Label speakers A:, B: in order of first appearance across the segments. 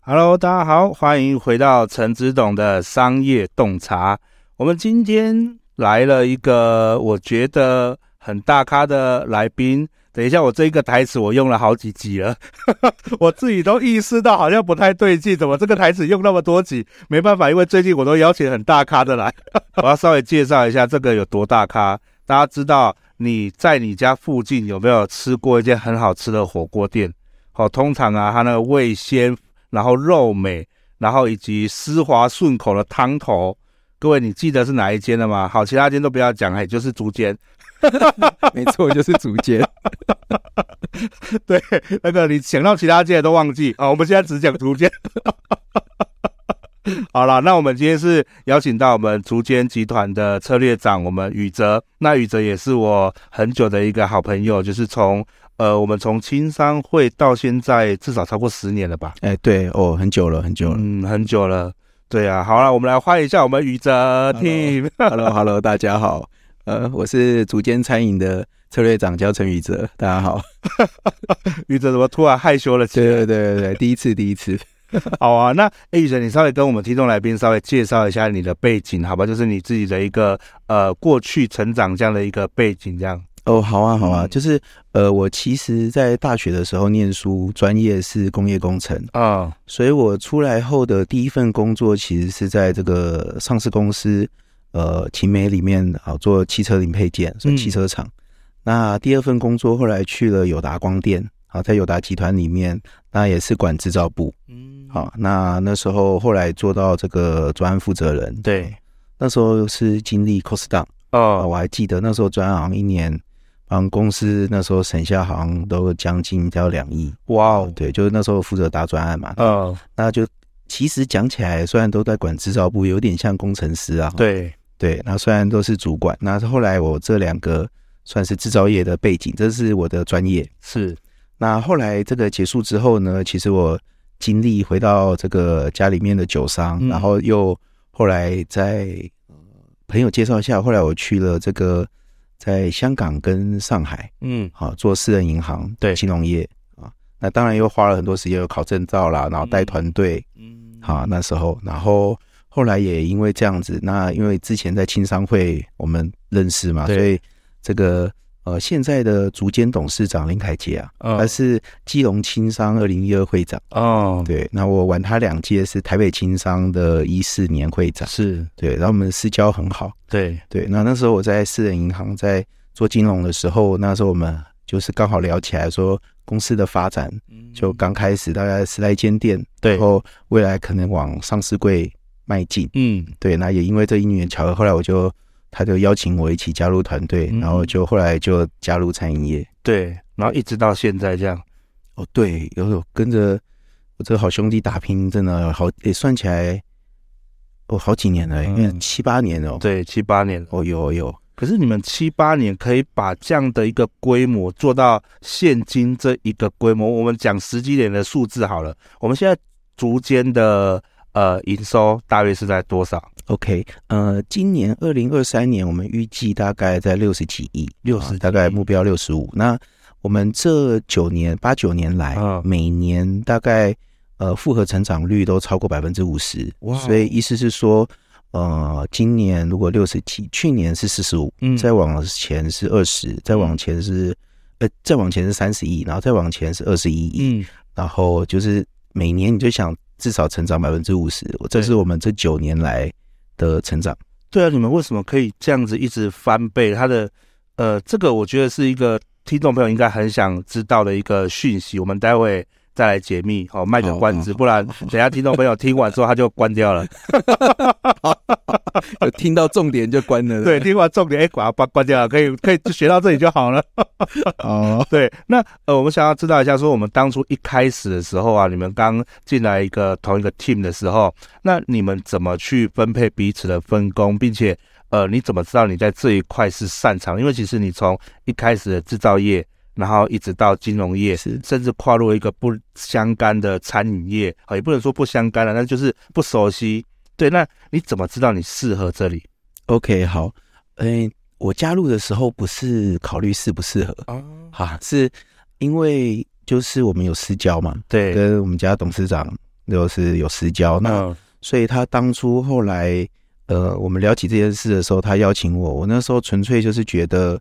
A: Hello，大家好，欢迎回到陈子董的商业洞察。我们今天来了一个我觉得很大咖的来宾。等一下，我这一个台词我用了好几集了， 我自己都意识到好像不太对劲，怎么这个台词用那么多集？没办法，因为最近我都邀请很大咖的来， 我要稍微介绍一下这个有多大咖。大家知道你在你家附近有没有吃过一间很好吃的火锅店？哦，通常啊，它那个味鲜然后肉美，然后以及丝滑顺口的汤头。各位，你记得是哪一间了吗？好，其他间都不要讲，哎，就是竹间。
B: 没错，就是竹间。
A: 对，那个你想到其他间都忘记啊、我们现在只讲竹间。 好了，那我们今天是邀请到我们竹间集团的策略长，我们宇哲。那宇哲也是我很久的一个好朋友，就是从呃，我们从青商会到现在至少超过十年了吧。
B: 哎、对哦，很久了，很久 了。
A: 嗯，很久了。对啊，好了，我们来欢迎一下我们宇哲
B: Hello
A: team。
B: Hello，Hello，大家好。呃，我是竹间餐饮的策略长叫陈宇哲，大家好。
A: 宇哲怎么突然害羞了起
B: 对
A: 来？
B: 对对 对对，第一次第一次。
A: 好啊，那哎，宇哲，你稍微跟我们听众来宾稍微介绍一下你的背景，好吧？就是你自己的一个呃过去成长这样的一个背景，这样。
B: 哦，好啊好啊，
A: 嗯
B: 就是呃，我其实，在大学的时候念书，专业是工业工程，
A: 嗯
B: 所以我出来后的第一份工作其实是在这个上市公司，呃，秦美里面啊做汽车零配件，所以
A: 嗯
B: 汽车厂。那第二份工作后来去了友达光电，啊，在友达集团里面，那也是管制造部。
A: 嗯，
B: 好，那那时候后来做到这个专案负责人，
A: 对，
B: 那时候是经历 cost down 啊，
A: 哦，
B: 我还记得那时候专案好像一年帮公司那时候省下好像都将近要两亿。
A: 哇
B: 哦
A: 哦，，
B: 对，就是那时候负责打专案嘛，
A: 嗯，
B: 那就其实讲起来，虽然都在管制造部，有点像工程师啊。
A: 对，
B: 对，那虽然都是主管，那后来我这两个算是制造业的背景，这是我的专业。
A: 是，
B: 那后来这个结束之后呢，其实我经历回到这个家里面的酒商，
A: 嗯
B: 然后又后来在呃朋友介绍下，后来我去了这个在香港跟上海，
A: 嗯，
B: 啊，做私人银行、
A: 对
B: 金融业啊，那当然又花了很多时间，有考证照啦，然后带团队，
A: 嗯
B: 好，那时候，然后后来也因为这样子，那因为之前在青商会我们认识嘛，
A: 对
B: 所以这个呃现在的竹间董事长林凯杰啊，
A: 嗯
B: 他是基隆青商二零一二会长，
A: 哦，
B: 对，那我玩他两届是台北青商的一四年会长，
A: 是，
B: 对，然后我们私交很好，
A: 对，
B: 对，那那时候我在私人银行在做金融的时候，那时候我们就是刚好聊起来说公司的发展
A: 嗯
B: 就刚开始大概十来间店，
A: 对
B: 然，后未来可能往上市柜迈进。
A: 嗯，
B: 对，那也因为这一年巧合，后来我就他就邀请我一起加入团队，
A: 嗯
B: 然后就后来就加入餐饮业。
A: 对，然后一直到现在这样，
B: 哦，对，有有跟着我这个好兄弟打拼，真的好也算起来，哦，好几年了，
A: 嗯
B: 因为七八年哦。，
A: 对，七八年了。
B: 哦有有，
A: 可是你们七八年可以把这样的一个规模做到现今这一个规模，我们讲十几年的数字好了。我们现在竹间的呃营收大约是在多少？
B: OK，呃，今年二零二三年，我们预计大概在六十几亿，
A: 六
B: 啊大概目标六十五。那我们这九年八九年来，
A: 嗯
B: 每年大概呃复合成长率都超过百分之五十
A: 哇哦，
B: 所以意思是说，呃，今年如果六十几，去年是四十五，
A: 嗯
B: 再往前是二十，再往前是呃，再往前是三十亿，然后再往前是二十一亿，
A: 嗯
B: 然后就是每年你就想至少成长百分之五十，这是我们这九年来的成长。
A: 对啊，你们为什么可以这样子一直翻倍？它的呃，这个我觉得是一个听众朋友应该很想知道的一个讯息，我们待会再来解密。哦，卖个
B: 好
A: 关子，
B: 好
A: 不然等一下听众朋友听完之后他就关掉了。
B: 听到重点就关了
A: 对，听完重点，哎，把把关掉了，可以可以就学到这里就好了。
B: 哦，
A: 对，那呃，我们想要知道一下，说我们当初一开始的时候啊，你们刚进来一个同一个 team 的时候，那你们怎么去分配彼此的分工，并且呃，你怎么知道你在这一块是擅长？因为其实你从一开始的制造业，然后一直到金融业，
B: 是
A: 甚至跨入一个不相干的餐饮业，啊、也不能说不相干了，那就是不熟悉。对，那你怎么知道你适合这里？
B: OK，好，诶，我加入的时候不是考虑适不适合
A: 哦，
B: 哈，是因为就是我们有私交嘛，
A: 对，
B: 跟我们家董事长就是有私交。那
A: 嗯
B: 所以他当初后来，呃，我们聊起这件事的时候，他邀请我，我那时候纯粹就是觉得，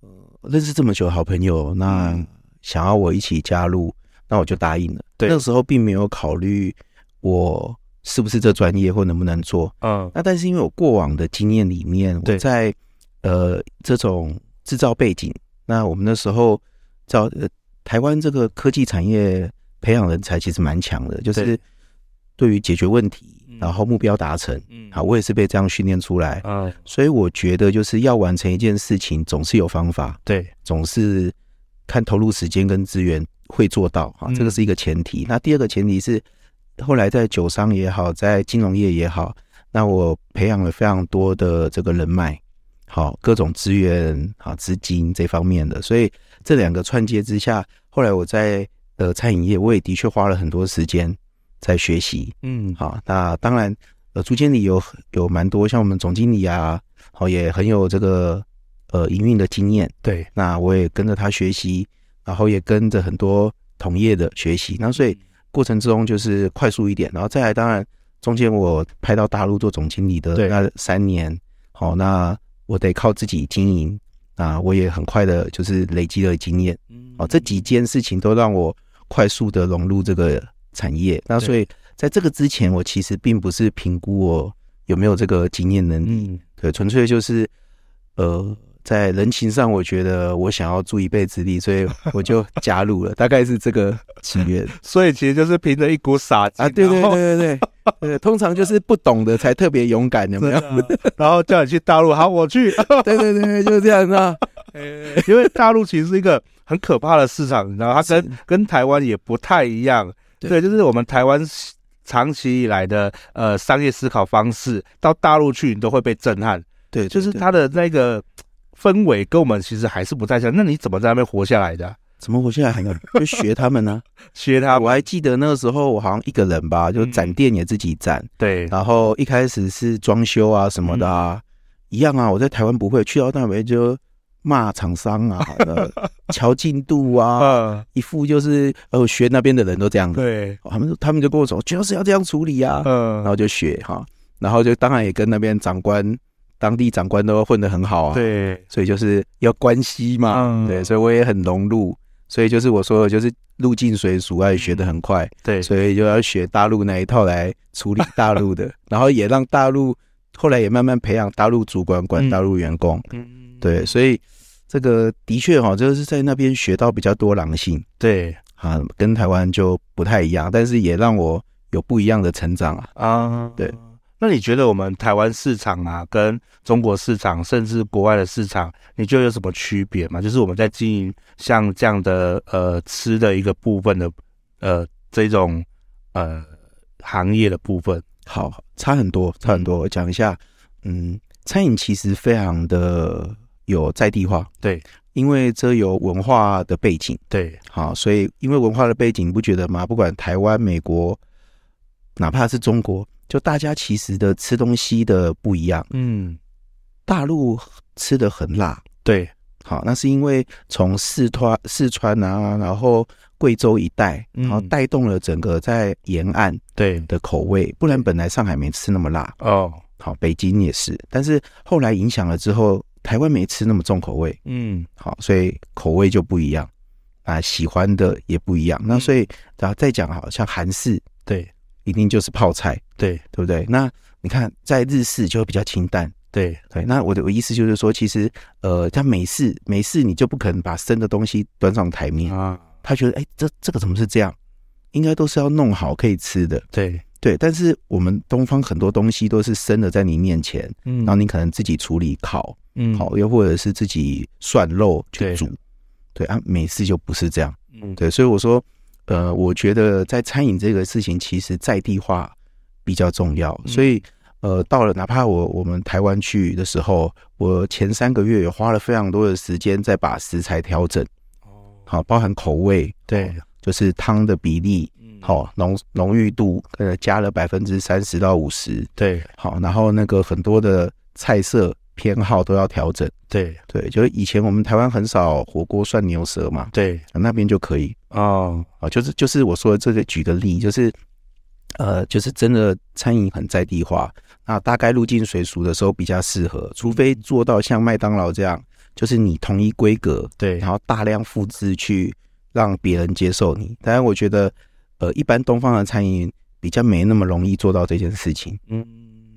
B: 呃，认识这么久的好朋友，那
A: 嗯
B: 想要我一起加入，那我就答应了。
A: 对
B: 那时候并没有考虑我是不是这专业或能不能做。
A: 嗯
B: 那但是因为我过往的经验里面，
A: 对
B: 我在呃这种制造背景，那我们那时候造呃台湾这个科技产业培养人才其实蛮强的，就是
A: 对
B: 对于解决问题
A: 嗯，
B: 然后目标达成。
A: 嗯
B: 好，我也是被这样训练出来，
A: 嗯
B: 所以我觉得就是要完成一件事情，总是有方法，
A: 对
B: 总是看投入时间跟资源会做到哈，
A: 嗯
B: 这个是一个前提。那第二个前提是，后来在酒商也好，在金融业也好，那我培养了非常多的这个人脉，好各种资源啊、资金这方面的，所以这两个串接之下，后来我在呃餐饮业，我也的确花了很多时间在学习，
A: 嗯
B: 好，那当然，呃，朱经理有有蛮多像我们总经理啊，好也很有这个呃营运的经验。
A: 对
B: 那我也跟着他学习，然后也跟着很多同业的学习。那所
A: 嗯
B: 以过程之中就是快速一点，然后再来，当然中间我派到大陆做总经理的
A: 对
B: 那三年，好，那我得靠自己经营。那我也很快的就是累积了经验。
A: 嗯
B: 哦，这几件事情都让我快速的融入这个产业。那
A: 对
B: 所以在这个之前，我其实并不是评估我有没有这个经验能力，
A: 嗯
B: 对，纯粹就是呃，在人情上，我觉得我想要助一臂之力，所以我就加入了，大概是这个起源
A: 所以其实就是凭着一股傻劲
B: 啊。对对
A: 然后
B: 对对对对，通常就是不懂的才特别勇敢，有没有？
A: 真的然后叫你去大陆，好，我去，
B: 对对对，就是这样啊。
A: 因为大陆其实是一个很可怕的市场，你知道，它跟跟台湾也不太一样。
B: 对
A: 对，就是我们台湾长期以来的呃商业思考方式，到大陆去你都会被震撼，
B: 对，
A: 就是
B: 对
A: 它的那个氛围跟我们其实还是不太像。那你怎么在那边活下来的啊、
B: 怎么活下来呢？就学他 们呢、
A: 学他
B: 我还记得那个时候，我好像一个人吧，
A: 嗯
B: 就展店也自己展，
A: 对
B: 然后一开始是装修啊什么的
A: 嗯
B: 啊，一样啊。我在台湾不会，去到那边就骂厂商啊，呃 瞧进度啊，
A: 啊，
B: 一副就是呃，我学那边的人都这样子，
A: 对，
B: 哦他们他们就跟我说，就是要这样处理啊，
A: 嗯，
B: 然后就学哈，然后就当然也跟那边长官、当地长官都混得很好啊，，
A: 对，
B: 所以就是要关系嘛，
A: 嗯
B: 对，所以我也很融入，所以就是我说的就是入境随俗啊，也学得很快。
A: 对，
B: 所以就要学大陆那一套来处理大陆 的，然后也让大陆后来也慢慢培养大陆主管管
A: 嗯
B: 大陆员工，
A: 嗯
B: 对，所以这个的确哈、就是在那边学到比较多狼性
A: 对
B: 啊，跟台湾就不太一样，但是也让我有不一样的成长啊。
A: 啊，
B: 对。
A: 那你觉得我们台湾市场啊，跟中国市场，甚至国外的市场，你觉得有什么区别吗？就是我们在经营像这样的呃吃的一个部分的呃这种呃行业的部分，
B: 好，差很多，差很多。我讲一下，嗯，餐饮其实非常的有在地化，
A: 对
B: 因为这有文化的背景。
A: 对，
B: 好，所以因为文化的背景，你不觉得吗？不管台湾、美国，哪怕是中国，就大家其实的吃东西的不一样。
A: 嗯，
B: 大陆吃的很辣，
A: 对，
B: 好，那是因为从四川、四川啊，然后贵州一带，
A: 嗯
B: 然后带动了整个在沿岸
A: 对，
B: 的口味。不然本来上海没吃那么辣，
A: 哦，
B: 好，北京也是，但是后来影响了之后，台湾没吃那么重口味，
A: 嗯，
B: 好，所以口味就不一样啊，喜欢的也不一样。那
A: 嗯
B: 所以，然后再讲，好像韩式
A: 对
B: 一定就是泡菜，
A: 对
B: 对不对？那你看，在日式就会比较清淡。
A: 对，
B: 对，那我的我意思就是说，其实呃，像美式，美式你就不可能把生的东西端上台面，
A: 啊，
B: 他觉得哎，这这个怎么是这样？应该都是要弄好可以吃的，
A: 对，
B: 对。但是我们东方很多东西都是生的在你面前，
A: 嗯
B: 然后你可能自己处理烤，
A: 嗯，
B: 好，又或者是自己涮肉
A: 对
B: 去煮。对啊，美式就不是这样。
A: 嗯，对，
B: 对，所以我说，呃，我觉得在餐饮这个事情，其实在地化比较重要。
A: 嗯
B: 所以，呃，到了哪怕我我们台湾去的时候，我前三个月也花了非常多的时间在把食材调整，
A: 哦，
B: 好，包含口味，
A: 对，
B: 就是汤的比例，
A: 嗯，
B: 好，浓浓郁度，呃，加了百分之三十到五十，
A: 对
B: 好，然后那个很多的菜色偏好都要调整。
A: 对
B: 对，就是以前我们台湾很少火锅涮牛舌嘛，
A: 对，
B: 那边就可以
A: 哦，
B: 啊。就是就是我说的这个，举个例，就是呃，就是真的餐饮很在地化。那大概入境水俗的时候比较适合，除非做到像麦当劳这样，就是你统一规格，
A: 对
B: 然后大量复制去让别人接受你。当然，我觉得呃，一般东方的餐饮比较没那么容易做到这件事情。
A: 嗯，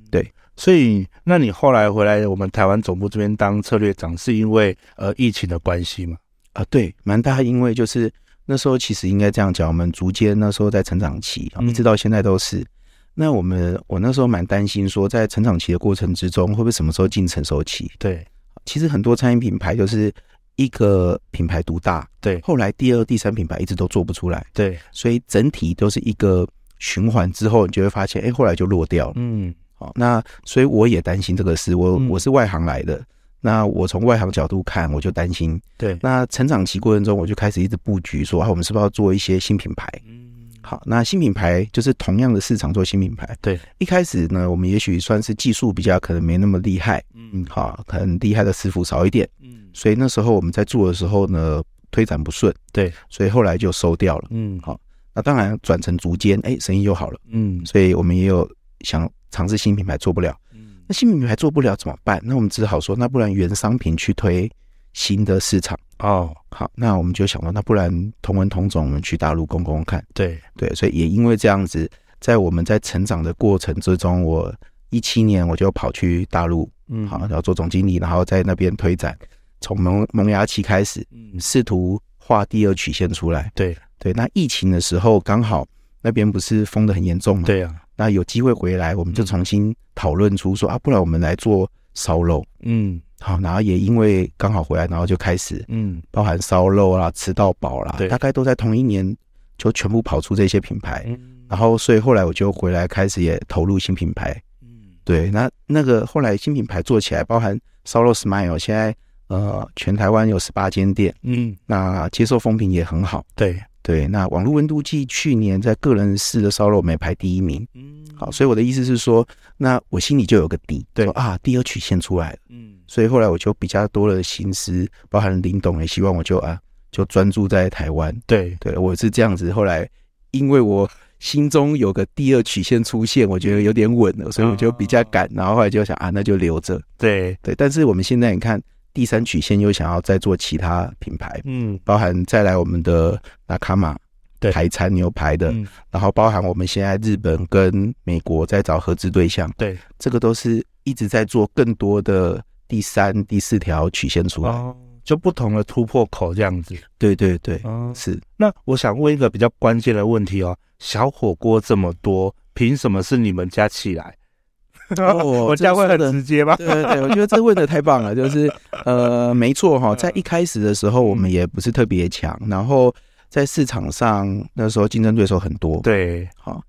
B: 对。
A: 所以，那你后来回来我们台湾总部这边当策略长，是因为呃疫情的关系嘛？
B: 啊，对，蛮大，因为就是那时候其实应该这样讲，我们竹间那时候在成长期，啊
A: 嗯
B: 一直到现在都是。那我们我那时候蛮担心说，在成长期的过程之中，会不会什么时候进成熟期？
A: 对
B: 其实很多餐饮品牌就是一个品牌独大，
A: 对
B: 后来第二、第三品牌一直都做不出来，
A: 对，
B: 所以整体都是一个循环之后，你就会发现，哎，后来就落掉了。
A: 嗯
B: 好，那所以我也担心这个事，我
A: 嗯
B: 我是外行来的，那我从外行角度看，我就担心
A: 对，
B: 那成长期过程中，我就开始一直布局说，啊，我们是不是要做一些新品牌？
A: 嗯
B: 好，那新品牌就是同样的市场做新品牌。
A: 对，
B: 一开始呢，我们也许算是技术比较可能没那么厉害，
A: 嗯
B: 好，可能厉害的师傅少一点，
A: 嗯
B: 所以那时候我们在做的时候呢，推展不顺，
A: 对，
B: 所以后来就收掉了。
A: 嗯
B: 好那当然转成竹间，哎，生意又好了，
A: 嗯
B: 所以我们也有想尝试新品牌，做不了。
A: 嗯
B: 那新品牌做不了怎么办？那我们只好说，那不然原商品去推新的市场。
A: 哦
B: 好，那我们就想到，那不然同文同种，我们去大陆公公看。
A: 对
B: 对，所以也因为这样子，在我们在成长的过程之中，我一七年我就跑去大陆，
A: 嗯
B: 好，然后做总经理，然后在那边推展，从萌萌芽期开始，
A: 嗯
B: 试图画第二曲线出来。
A: 对
B: 对，那疫情的时候刚好那边不是封的很严重嘛，，
A: 对啊
B: 那有机会回来，我们就
A: 嗯
B: 重新讨论出说啊，不然我们来做烧肉。
A: 嗯
B: 好，然后也因为刚好回来，然后就开始
A: 嗯
B: 包含烧肉啦、吃到饱啦
A: 对，
B: 大概都在同一年就全部跑出这些品牌。
A: 嗯
B: 然后，所以后来我就回来开始也投入新品牌。
A: 嗯
B: 对，那那个后来新品牌做起来，包含烧肉 Smile，现在呃全台湾有十八间店，
A: 嗯
B: 那接受风评也很好。
A: 对
B: 对，那网络温度计去年在个人式的烧肉我们也排第一名。
A: 嗯
B: 好，所以我的意思是说，那我心里就有个底，
A: 对
B: 说啊，第二曲线出来了。
A: 嗯
B: 所以后来我就比较多了心思，包含林董也希望我就啊，就专注在台湾。
A: 对
B: 对我是这样子，后来因为我心中有个第二曲线出现，我觉得有点稳了，所以我就比
A: 哦
B: 较赶，然后后来就想啊，那就留着。
A: 对
B: 对，但是我们现在你看第三曲线又想要再做其他品牌，
A: 嗯
B: 包含再来我们的纳卡玛。
A: 对
B: 台餐牛排的，
A: 嗯
B: 然后包含我们现在日本跟美国在找合资对象，
A: 对
B: 这个都是一直在做更多的第三、第四条曲线出来。
A: 哦就不同的突破口这样子
B: 对对对，
A: 哦
B: 是
A: 那我想问一个比较关键的问题哦，小火锅这么多，凭什么是你们家起来？
B: 哦
A: 我这样会很
B: 这个
A: 直接吗？
B: 对对对，我觉得这问的太棒了， 就是呃，没错
A: 嗯
B: 哈，在一开始的时候我们也不是特别强，然后在市场上那时候竞争对手很多，，
A: 对，
B: 好，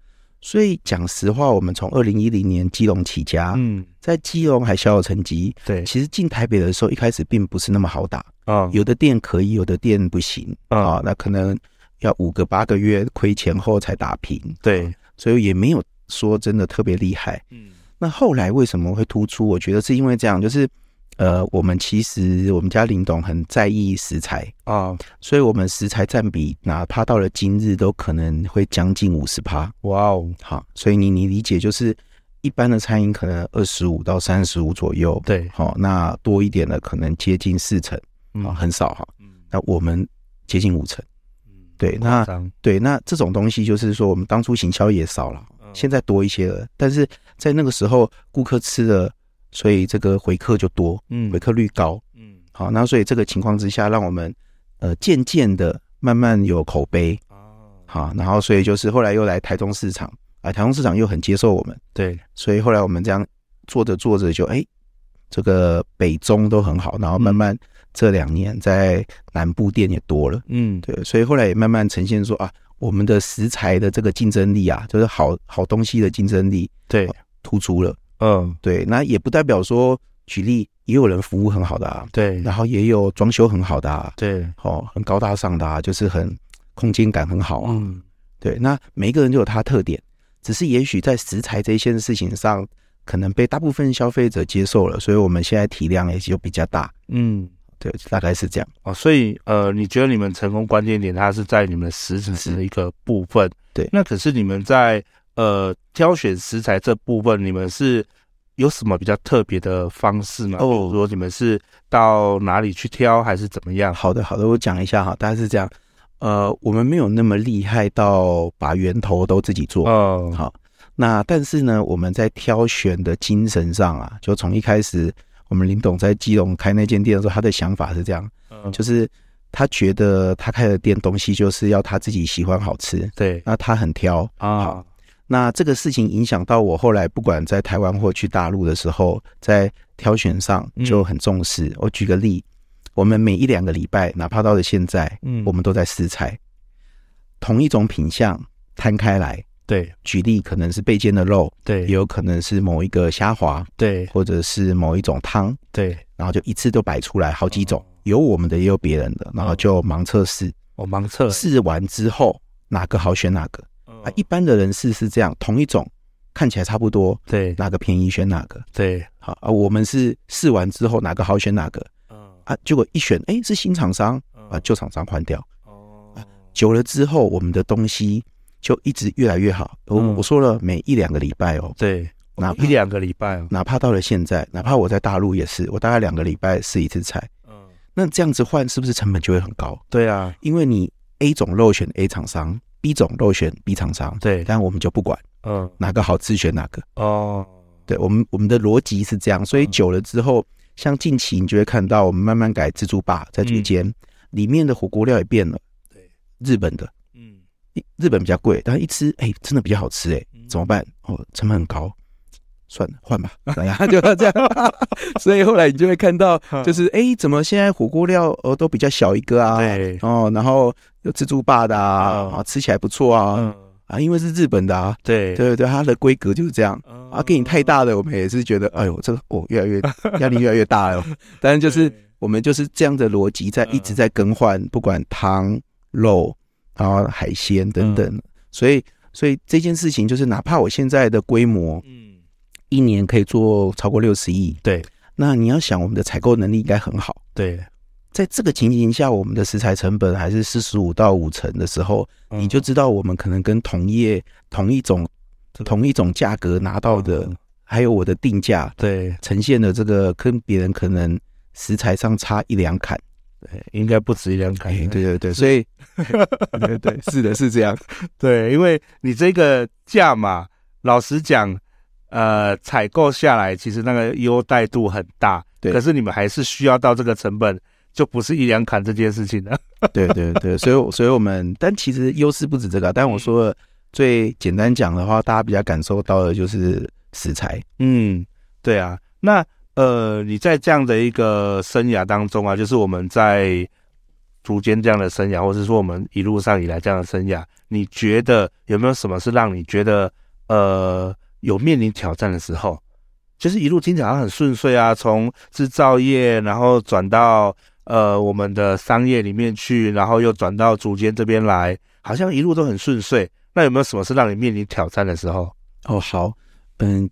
B: 所以讲实话，我们从二零一零年基隆起家，
A: 嗯，
B: 在基隆还小有成绩，
A: 对，
B: 其实进台北的时候一开始并不是那么好打，
A: 嗯，
B: 有的店可以，有的店不行啊、
A: 啊，
B: 那可能要五个八个月亏钱后才打平，
A: 对，
B: 所以也没有说真的特别厉害。
A: 嗯
B: 那后来为什么会突出？我觉得是因为这样，就是呃，我们其实我们家林董很在意食材，
A: 啊，
B: 所以我们食材占比哪怕到了今日都可能会将近五十趴。
A: 哇哦，
B: 好，所以你你理解就是一般的餐饮可能二十五到三十五左右，
A: 对，
B: 好、那多一点的可能接近四成啊、
A: 嗯
B: 很少哈。
A: 嗯
B: 那我们接近五成，
A: 嗯
B: 对，
A: 不夸
B: 那
A: 张
B: 对，那这种东西就是说，我们当初行销也少了，
A: 嗯
B: 现在多一些了。但是在那个时候，顾客吃了，所以这个回客就多，
A: 嗯
B: 回客率高。
A: 嗯
B: 好，那所以这个情况之下，让我们呃渐渐的慢慢有口碑，
A: 啊，
B: 好，然后所以就是后来又来台中市场，啊，台中市场又很接受我们，
A: 对，
B: 所以后来我们这样做着做着就哎，这个北中都很好，然后慢慢这两年在南部店也多了。
A: 嗯
B: 对，所以后来也慢慢呈现说啊，我们的食材的这个竞争力啊，就是好好东西的竞争力
A: 对，
B: 突出了。
A: 嗯
B: 对，那也不代表说，举例也有人服务很好的啊，
A: 对
B: 然后也有装修很好的啊，
A: 对，
B: 哦，很高大上的啊，就是很空间感很好啊。
A: 嗯
B: 对，那每一个人都有他特点，只是也许在食材这件事情上，可能被大部分消费者接受了，所以我们现在体量也就比较大。
A: 嗯。
B: 对，大概是这样。
A: 哦，所以呃，你觉得你们成功关键点，它是在你们的食指的一个部分。
B: 对
A: 那可是你们在呃挑选食材这部分，你们是有什么比较特别的方式吗？
B: 哦
A: 比如说你们是到哪里去挑，还是怎么样？
B: 好的，好的，我讲一下哈，大概是这样。呃，我们没有那么厉害到把源头都自己做，
A: 哦，
B: 好，那但是呢，我们在挑选的精神上啊，就从一开始，我们林董在基隆开那间店的时候，他的想法是这样，
A: 嗯
B: 就是他觉得他开的店东西就是要他自己喜欢好吃，
A: 对
B: 那他很挑。
A: 啊，
B: 那这个事情影响到我后来，不管在台湾或去大陆的时候，在挑选上就很重视。
A: 嗯
B: 我举个例，我们每一两个礼拜，哪怕到了现在，
A: 嗯
B: 我们都在试菜，同一种品相摊开来。
A: 对
B: 举例可能是背煎的肉，
A: 对
B: 也有可能是某一个虾滑，
A: 对
B: 或者是某一种汤，
A: 对，哦
B: 然后就一次都摆出来好几种，有我们的也有别人的，然后就盲测试，
A: 我盲测
B: 试完之后哪个好选哪个啊
A: 啊。
B: 一般的人试是这样，同一种看起来差不多，
A: 对
B: 哪个便宜选哪个。
A: 对，
B: 好啊，我们是试完之后哪个好选哪个
A: 嗯
B: 啊，结果一选，哎，是新厂商啊，旧厂商换掉。
A: 哦
B: 久了之后，我们的东西就一直越来越好。我、
A: 嗯
B: 我说了，每一两个礼拜哦，
A: 对，
B: 哪怕
A: 一两个礼拜哦，
B: 哪怕到了现在，哪怕我在大陆也是，我大概两个礼拜试一次菜。
A: 嗯，
B: 那这样子换是不是成本就会很高？
A: 对啊，
B: 因为你 A 种肉选 A 厂商，B 种肉选 B 厂商，
A: 对，
B: 但我们就不管
A: 嗯，
B: 哪个好吃选哪个。
A: 哦，
B: 对我们我们的逻辑是这样，所以
A: 嗯
B: 久了之后，像近期你就会看到我们慢慢改自助吧，在竹间、里面的火锅料也变了，
A: 嗯对，
B: 日本的
A: 嗯，
B: 一日本比较贵，但一吃哎、真的比较好吃哎、怎 么办？哦，成本很高，算了，换吧，怎样？ 就这样。所以后来你就会看到，
A: 嗯
B: 就是哎、诶怎么现在火锅料呃都比较小一个啊？
A: 对
B: 哦，然后有自助霸的啊
A: 嗯，
B: 啊，吃起来不错啊，
A: 嗯，
B: 啊，因为是日本的啊，
A: 对
B: 对对对，它的规格就是这样。
A: 嗯
B: 啊，给你太大的，我们也是觉得，哎呦，这个哦，越 来越压力越来越大了。但是就是
A: 对
B: 我们就是这样的逻辑在
A: 嗯
B: 一直在更换，不管汤、肉，然后海鲜
A: 嗯
B: 等等。所以，所以这件事情就是，哪怕我现在的规模
A: 嗯，
B: 一年可以做超过六十亿，
A: 对
B: 那你要想我们的采购能力应该很好。
A: 对，
B: 在这个情形下，我们的食材成本还是四十五到五成的时候，
A: 嗯
B: 你就知道我们可能跟同业同一种
A: 这个
B: 同一种价格拿到的
A: 嗯，
B: 还有我的定价
A: 对
B: 呈现的这个跟别人可能食材上差一两砍。
A: 对，应该不止一两
B: 哎、
A: 凯，
B: 对对对，所以 对对对，是的，是这样。
A: 对，因为你这个价嘛，老实讲，呃，采购下来其实那个优待度很大，
B: 对
A: 可是你们还是需要到这个成本，就不是一两砍这件事情了。
B: 对对对，所以我所以我们，但其实优势不止这个啊。但我说了最简单讲的话，大家比较感受到的就是食材。
A: 嗯，对啊，那呃，你在这样的一个生涯当中啊，就是我们在竹间这样的生涯，或是说我们一路上以来这样的生涯，你觉得有没有什么是让你觉得呃有面临挑战的时候？就是一路听起来好像很顺遂啊，从制造业，然后转到呃我们的商业里面去，然后又转到竹间这边来，好像一路都很顺遂。那有没有什么是让你面临挑战的时候？
B: 哦，好，嗯，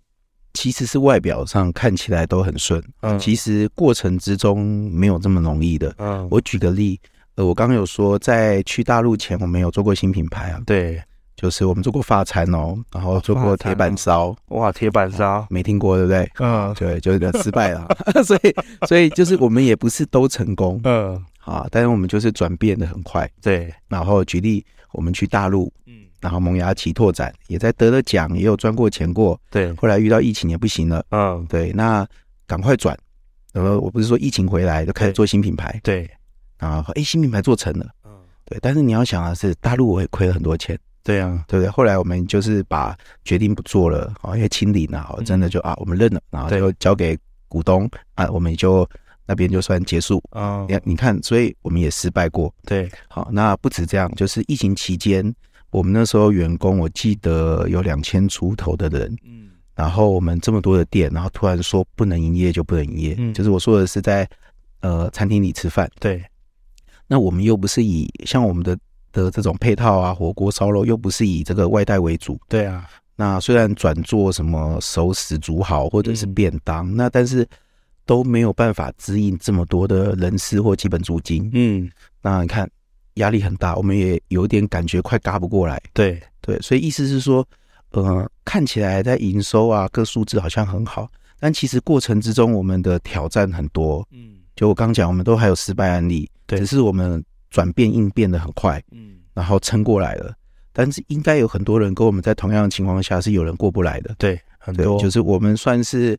B: 其实是外表上看起来都很顺，
A: 嗯
B: 其实过程之中没有这么容易的。
A: 嗯，
B: 我举个例，呃，我刚刚有说，在去大陆前，我们有做过新品牌啊，
A: 对，
B: 就是我们做过发餐哦，然后做过
A: 发餐
B: 铁板
A: 哦
B: 烧，
A: 哇，铁板烧，
B: 没听过对不对？
A: 嗯
B: 对，就是失败了， 所以所以就是我们也不是都成功
A: 嗯，
B: 啊，但是我们就是转变的很快。
A: 对，
B: 然后举例，我们去大陆，
A: 嗯，
B: 然后萌芽期拓展，也在得了奖，也有赚过钱过。
A: 对，
B: 后来遇到疫情也不行了，
A: 嗯，
B: 对，那赶快转。然后我不是说疫情回来就开始做新品牌，
A: 对，
B: 然后哎，新品牌做成了，
A: 嗯，
B: 对。但是你要想啊，是大陆我也亏了很多钱，
A: 对啊，
B: 对不对？后来我们就是把决定不做了，哦，因为清理呢，哦，
A: 嗯
B: 真的就啊，我们认了，然后
A: 对
B: 就交给股东啊，我们就那边就算结束。
A: 嗯
B: 你，看你看，所以我们也失败过。
A: 对，
B: 好，那不止这样，就是疫情期间，我们那时候员工我记得有两千出头的人，
A: 嗯，
B: 然后我们这么多的店，然后突然说不能营业就不能营业，
A: 嗯
B: 就是我说的是在呃餐厅里吃饭，
A: 对，
B: 那我们又不是以像我们的的这种配套啊，火锅烧肉又不是以这个外带为主，
A: 对啊，
B: 那虽然转做什么熟食煮好或者是
A: 嗯
B: 便当，那但是都没有办法支应这么多的人事或基本租金。
A: 嗯，
B: 那你看压力很大，我们也有点感觉快嘎不过来。
A: 对，
B: 对，所以意思是说，呃，看起来在营收啊各数字好像很好，但其实过程之中我们的挑战很多。
A: 嗯
B: 就我刚讲，我们都还有失败案例，
A: 对
B: 只是我们转变应变的很快，
A: 嗯，
B: 然后撑过来了。但是应该有很多人跟我们在同样的情况下是有人过不来的，
A: 对，很
B: 对，
A: 多
B: 就是我们算是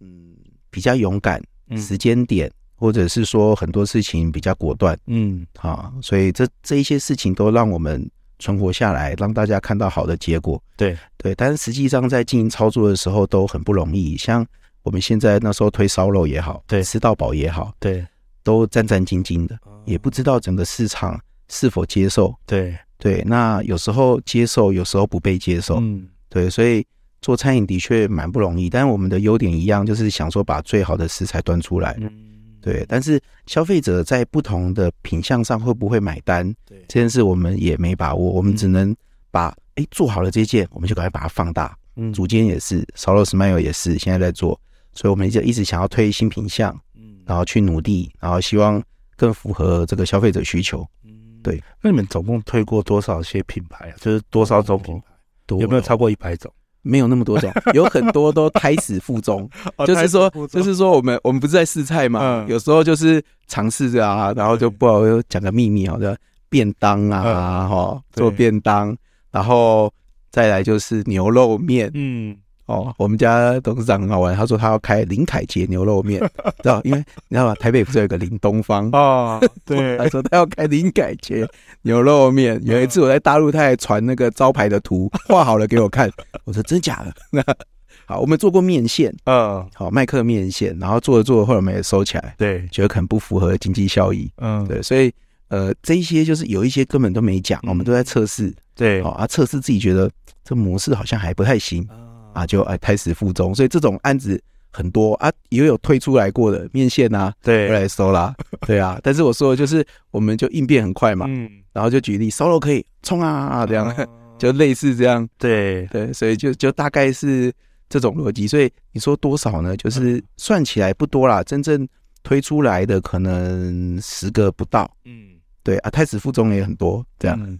B: 嗯比较勇敢，
A: 嗯
B: 时间点或者是说很多事情比较果断。
A: 嗯
B: 啊，所以这这一些事情都让我们存活下来，让大家看到好的结果。
A: 对
B: 对，但是实际上在进行操作的时候都很不容易，像我们现在那时候推烧肉也好，
A: 对
B: 吃到饱也好，
A: 对，
B: 都战战兢兢的，也不
A: 嗯
B: 知道整个市场是否接受。
A: 对，
B: 对，那有时候接受，有时候不被接受。
A: 嗯
B: 对，所以做餐饮的确蛮不容易，但我们的优点一样，就是想说把最好的食材端出来。
A: 嗯
B: 对，但是消费者在不同的品项上会不会买单，
A: 对
B: 这件事我们也没把握，我们
A: 嗯
B: 只能把哎、诶做好了这件，我们就赶快把它放大。
A: 嗯
B: 竹间也是，烧肉 smile 也是，现在在做，所以我们就一直想要推新品项，
A: 嗯
B: 然后去努力，然后希望更符合这个消费者需求。
A: 嗯
B: 对。
A: 那你们总共推过多少些品牌啊？就是多少种品牌？
B: 多
A: 有没有超？过一百种？
B: 没有那么多 种，有很多都开始附中，
A: 哦
B: 就是说，就是说，我们我们不是在试菜嘛，
A: 嗯
B: 有时候就是尝试着啊，然后就不好又讲个秘密好的便当啊，哈，
A: 嗯对
B: 做便当，然后再来就是牛肉面
A: 嗯
B: 哦。我们家董事长很好玩，他说他要开林凯杰牛肉 面，知道？因为你知道吧，台北不是有一个林东方。
A: 哦，对
B: 他说他要开林凯杰牛肉面。有一次我在大陆，他还传那个招牌的图画好了给我看，我说真假的？ 那好，我们做过面线，
A: 嗯
B: 好麦克面线，然后做着做着，后来我们也收起来，
A: 对
B: 觉得很不符合经济效益。
A: 嗯
B: 对，所以呃，这一些就是有一些根本都没讲，
A: 嗯
B: 我们都在测试，
A: 对
B: 好、啊，测试自己觉得这模式好像还不太行
A: 啊
B: 啊，就哎开始附中，所以这种案子很多啊，也有推出来过的面线啊，后
A: 对
B: 来收 啦，对啊，但是我说的就是我们就应变很快嘛，
A: 嗯
B: 然后就举例烧肉可以冲啊啊这样，
A: 嗯
B: 就类似这样，
A: 对
B: 对，所以就就大概是这种逻辑。所以你说多少呢？
A: 嗯
B: 就是算起来不多啦，真正推出来的可能十个不到。
A: 嗯
B: 对啊，太子附中也很多这样。
A: 嗯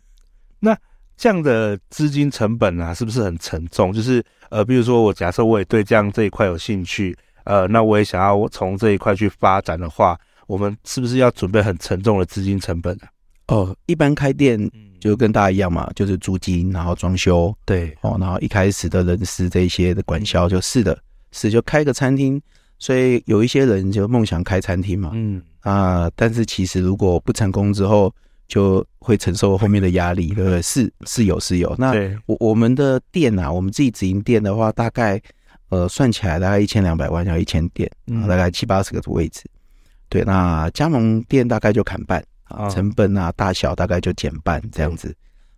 A: 那这样的资金成本啊，是不是很沉重？就是呃，比如说我假设我也对这样这一块有兴趣，呃，那我也想要从这一块去发展的话，我们是不是要准备很沉重的资金成本啊？
B: 哦，一般开店
A: 嗯
B: 就跟大家一样嘛，就是租金，然后装修
A: 对，
B: 哦，然后一开始的人事这一些的管销，就是的，是就开个餐厅。所以有一些人就梦想开餐厅嘛，
A: 嗯，
B: 啊，但是其实如果不成功之后，就会承受后面的压力，对不对？是是有是有。嗯那
A: 对，
B: 我我们的店啊，我们自己直营店的话，大概呃算起来大概一千两百万要一千店，
A: 嗯
B: 啊，大概七八十个的位置。对，那加盟店大概就砍半
A: 啊
B: 啊，成本啊大小大概就减半这样子。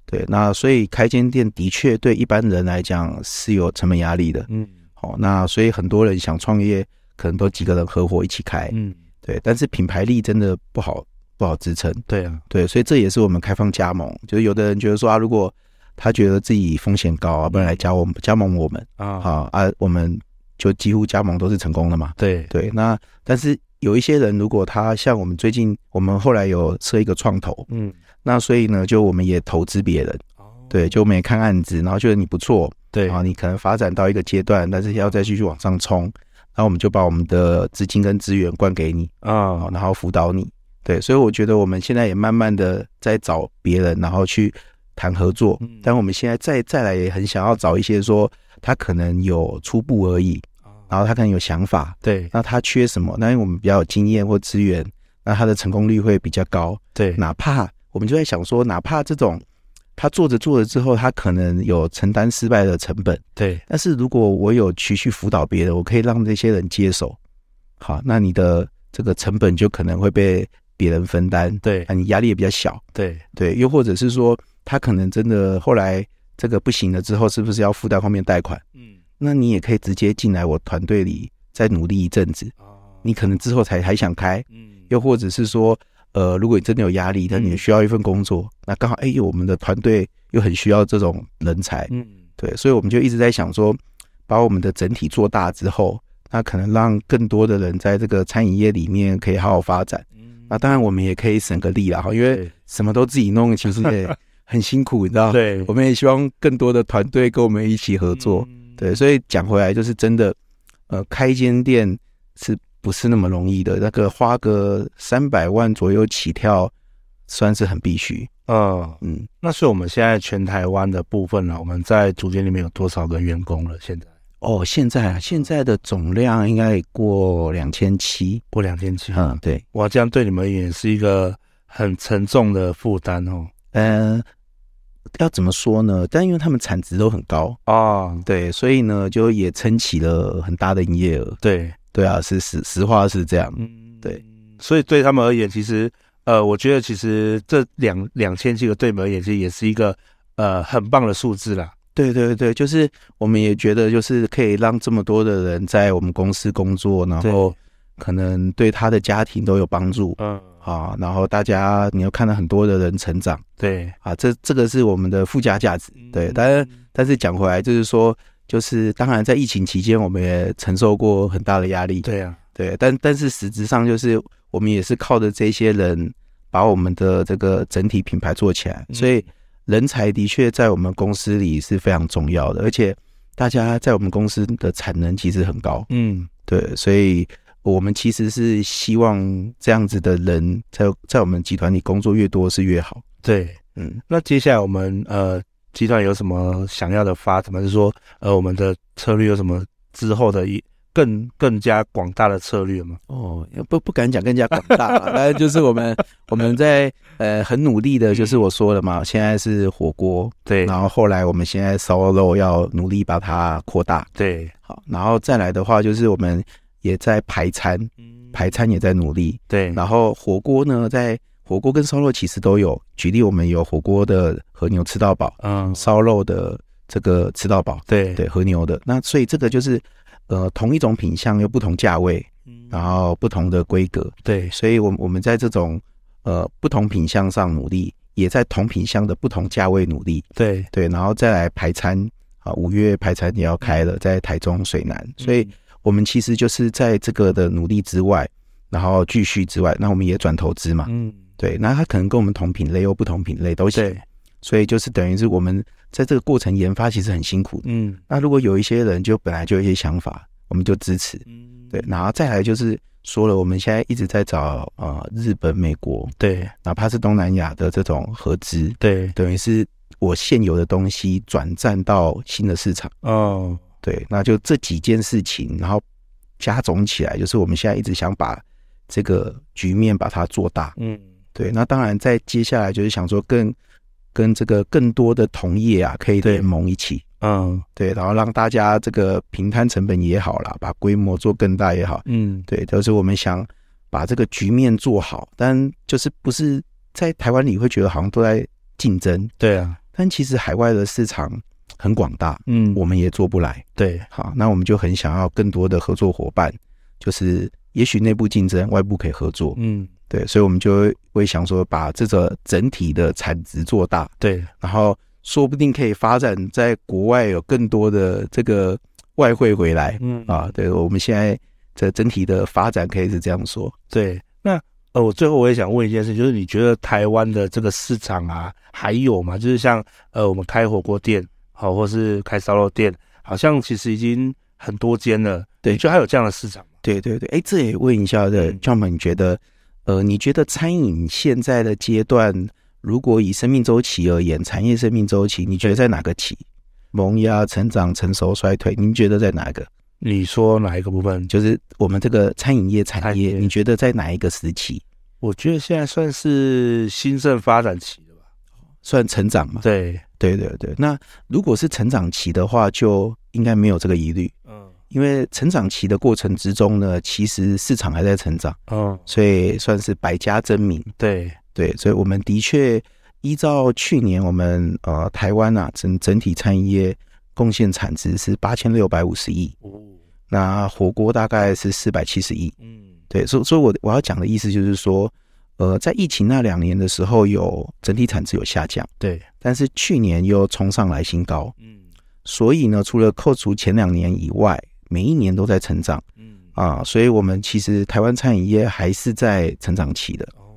B: 对，那所以开间店的确对一般人来讲是有成本压力的。
A: 嗯
B: 好、那所以很多人想创业，可能都几个人合伙一起开，
A: 嗯，
B: 对，但是品牌力真的不好不好支撑。
A: 对啊，
B: 对，所以这也是我们开放加盟，就是有的人觉得说啊，如果他觉得自己风险高啊，不然来加我们加盟我们
A: 啊，
B: 啊啊，我们就几乎加盟都是成功的嘛。
A: 对，
B: 对，那但是有一些人，如果他像我们最近，我们后来有设一个创投，
A: 嗯，
B: 那所以呢，就我们也投资别人，
A: 哦
B: 对，就我们也看案子，然后觉得你不错，
A: 对，
B: 啊，你可能发展到一个阶段，但是要再继续往上冲，然后我们就把我们的资金跟资源灌给你，
A: 啊
B: 好，，然后辅导你。对，所以我觉得我们现在也慢慢的在找别人，然后去谈合作。
A: 嗯
B: 但我们现在再再来也很想要找一些说他可能有初步而已，
A: 啊
B: 然后他可能有想法，
A: 对
B: 那他缺什么？那因为我们比较有经验或资源，那他的成功率会比较高。
A: 对，
B: 哪怕我们就在想说，哪怕这种他做着做着之后，他可能有承担失败的成本，
A: 对，
B: 但是如果我有持续辅导别人，我可以让这些人接手，好，那你的这个成本就可能会被别人分担，啊
A: 对
B: 那，你压力也比较小，
A: 对，
B: 对，又或者是说他可能真的后来这个不行了之后，是不是要负担后面贷款？
A: 嗯，
B: 那你也可以直接进来我团队里再努力一阵子，
A: 啊，
B: 你可能之后才还想开，
A: 嗯，
B: 又或者是说，呃，如果你真的有压力，那你需要一份工作，那刚好哎、我们的团队又很需要这种人才，
A: 嗯，
B: 对，所以我们就一直在想说，把我们的整体做大之后，那可能让更多的人在这个餐饮业里面可以好好发展。
A: 嗯，
B: 啊那当然，我们也可以省个力啦，哈，因为
A: 对
B: 什么都自己弄，其实也很辛苦，你知 道？
A: 对，
B: 我们也希望更多的团队跟我们一起合作。
A: 嗯
B: 对，所以讲回来，就是真的，呃，开一间店是不是那么容易的？那个花个三百万左右起跳，算是很必须。
A: 嗯，
B: 嗯，
A: 那是我们现在全台湾的部分了。我们在竹间里面有多少个员工了？现在
B: 哦，现在啊，现在的总量应该也过两千七。
A: 过两千七，
B: 嗯，对，
A: 哇，这样对你们也是一个很沉重的负担哦。
B: 呃，要怎么说呢？但因为他们产值都很高，
A: 哦，
B: 对，所以呢，就也撑起了很大的营业额。
A: 对，
B: 对啊，是实实话是这样。
A: 嗯，
B: 对，
A: 所以对他们而言，其实呃，我觉得其实这两两千七个对你们而言，其实也是一个呃很棒的数字啦。
B: 对对对，就是我们也觉得，就是可以让这么多的人在我们公司工作，然后可能对他的家庭都有帮助
A: 嗯，
B: 啊。然后大家你又看到很多的人成长
A: 对，
B: 啊，这这个是我们的附加价值。
A: 嗯
B: 对，但是但是讲回来，就是说，就是当然在疫情期间，我们也承受过很大的压力。
A: 对啊呀、
B: 对，但但是实质上就是我们也是靠着这些人把我们的这个整体品牌做起来，
A: 嗯
B: 所以人才的确在我们公司里是非常重要的，而且大家在我们公司的产能其实很高，
A: 嗯，
B: 对，所以我们其实是希望这样子的人在在我们集团里工作越多是越好，
A: 对。
B: 嗯，
A: 那接下来我们呃集团有什么想要的发展吗？就是说呃我们的策略有什么之后的一更更加广大的策略吗？
B: 哦，不不敢讲更加广大了， 但就是我们我们在呃很努力的，就是我说了嘛，现在是火锅，
A: 对
B: 然后后来我们现在烧肉要努力把它扩大，
A: 对，
B: 好，然后再来的话就是我们也在排餐，排餐也在努力，
A: 对
B: 然后火锅呢，在火锅跟烧肉其实都有。举例，我们有火锅的和牛吃到饱，
A: 嗯
B: 烧肉的这个吃到饱，
A: 对
B: 对和牛的。那所以这个就是呃同一种品相又不同价位，然后不同的规格，
A: 对
B: 所以我们我们在这种呃不同品相上努力，也在同品相的不同价位努力。
A: 对
B: 对，然后再来排餐啊，五月排餐也要开了，在台中水南，
A: 嗯
B: 所以我们其实就是在这个的努力之外，然后继续之外，那我们也转投资嘛，
A: 嗯
B: 对，那它可能跟我们同品类又不同品类都行，
A: 对
B: 所以就是等于是我们在这个过程研发其实很辛苦的。
A: 嗯
B: 那如果有一些人就本来就有一些想法，我们就支持，
A: 嗯
B: 对，然后再来就是说了，我们现在一直在找呃日本、美国，
A: 对
B: 哪怕是东南亚的这种合资，
A: 对
B: 等于是我现有的东西转战到新的市场。
A: 哦
B: 对，那就这几件事情，然后加总起来，就是我们现在一直想把这个局面把它做大。
A: 嗯
B: 对，那当然在接下来就是想说更跟这个更多的同业啊，可以
A: 对
B: 联盟一起。
A: 嗯
B: 对，然后让大家这个平摊成本也好啦，把规模做更大也好，
A: 嗯
B: 对，就是我们想把这个局面做好，但就是不是在台湾你会觉得好像都在竞争，
A: 对啊
B: 但其实海外的市场很广大，
A: 嗯
B: 我们也做不来。
A: 对
B: 好，那我们就很想要更多的合作伙伴，就是也许内部竞争，外部可以合作。
A: 嗯
B: 对，所以我们就会想说，把这个整体的产值做大，
A: 对
B: 然后说不定可以发展在国外有更多的这个外汇回来
A: 嗯
B: 啊。对，我们现在这整体的发展可以是这样说。
A: 对，那呃，我最后我也想问一件事，就是你觉得台湾的这个市场啊，还有吗？就是像呃，我们开火锅店，好、或是开烧肉店，好像其实已经很多间了，
B: 对
A: 你觉得还有这样的市场吗？
B: 对对对，哎，这也问一下的
A: 嗯
B: j o h 你觉得，呃，你觉得餐饮现在的阶段，如果以生命周期而言，产业生命周期，你觉得在哪个期？萌芽、成长、成熟、衰退，您觉得在哪一个？
A: 你说哪一个部分？
B: 就是我们这个餐饮业产
A: 产
B: 业，
A: 业
B: 你觉得在哪一个时期
A: 我觉得现在算是兴盛发展期了吧？
B: 算成长嘛？
A: 对，
B: 对对对。那如果是成长期的话，就应该没有这个疑虑，
A: 嗯
B: 因为成长期的过程之中呢，其实市场还在成长，
A: 嗯，
B: 所以算是百家争鸣。
A: 对，
B: 对，所以我们的确依照去年我们呃台湾啊整整体餐饮业贡献产值是八千六百五十亿，
A: 哦，
B: 那火锅大概是四百七十亿。
A: 嗯
B: 对，所以所以我我要讲的意思就是说，呃，在疫情那两年的时候有整体产值有下降，
A: 对，
B: 但是去年又冲上来新高，
A: 嗯
B: 所以呢，除了扣除前两年以外，每一年都在成长
A: 嗯
B: 啊，所以我们其实台湾餐饮业还是在成长期的。
A: 哦，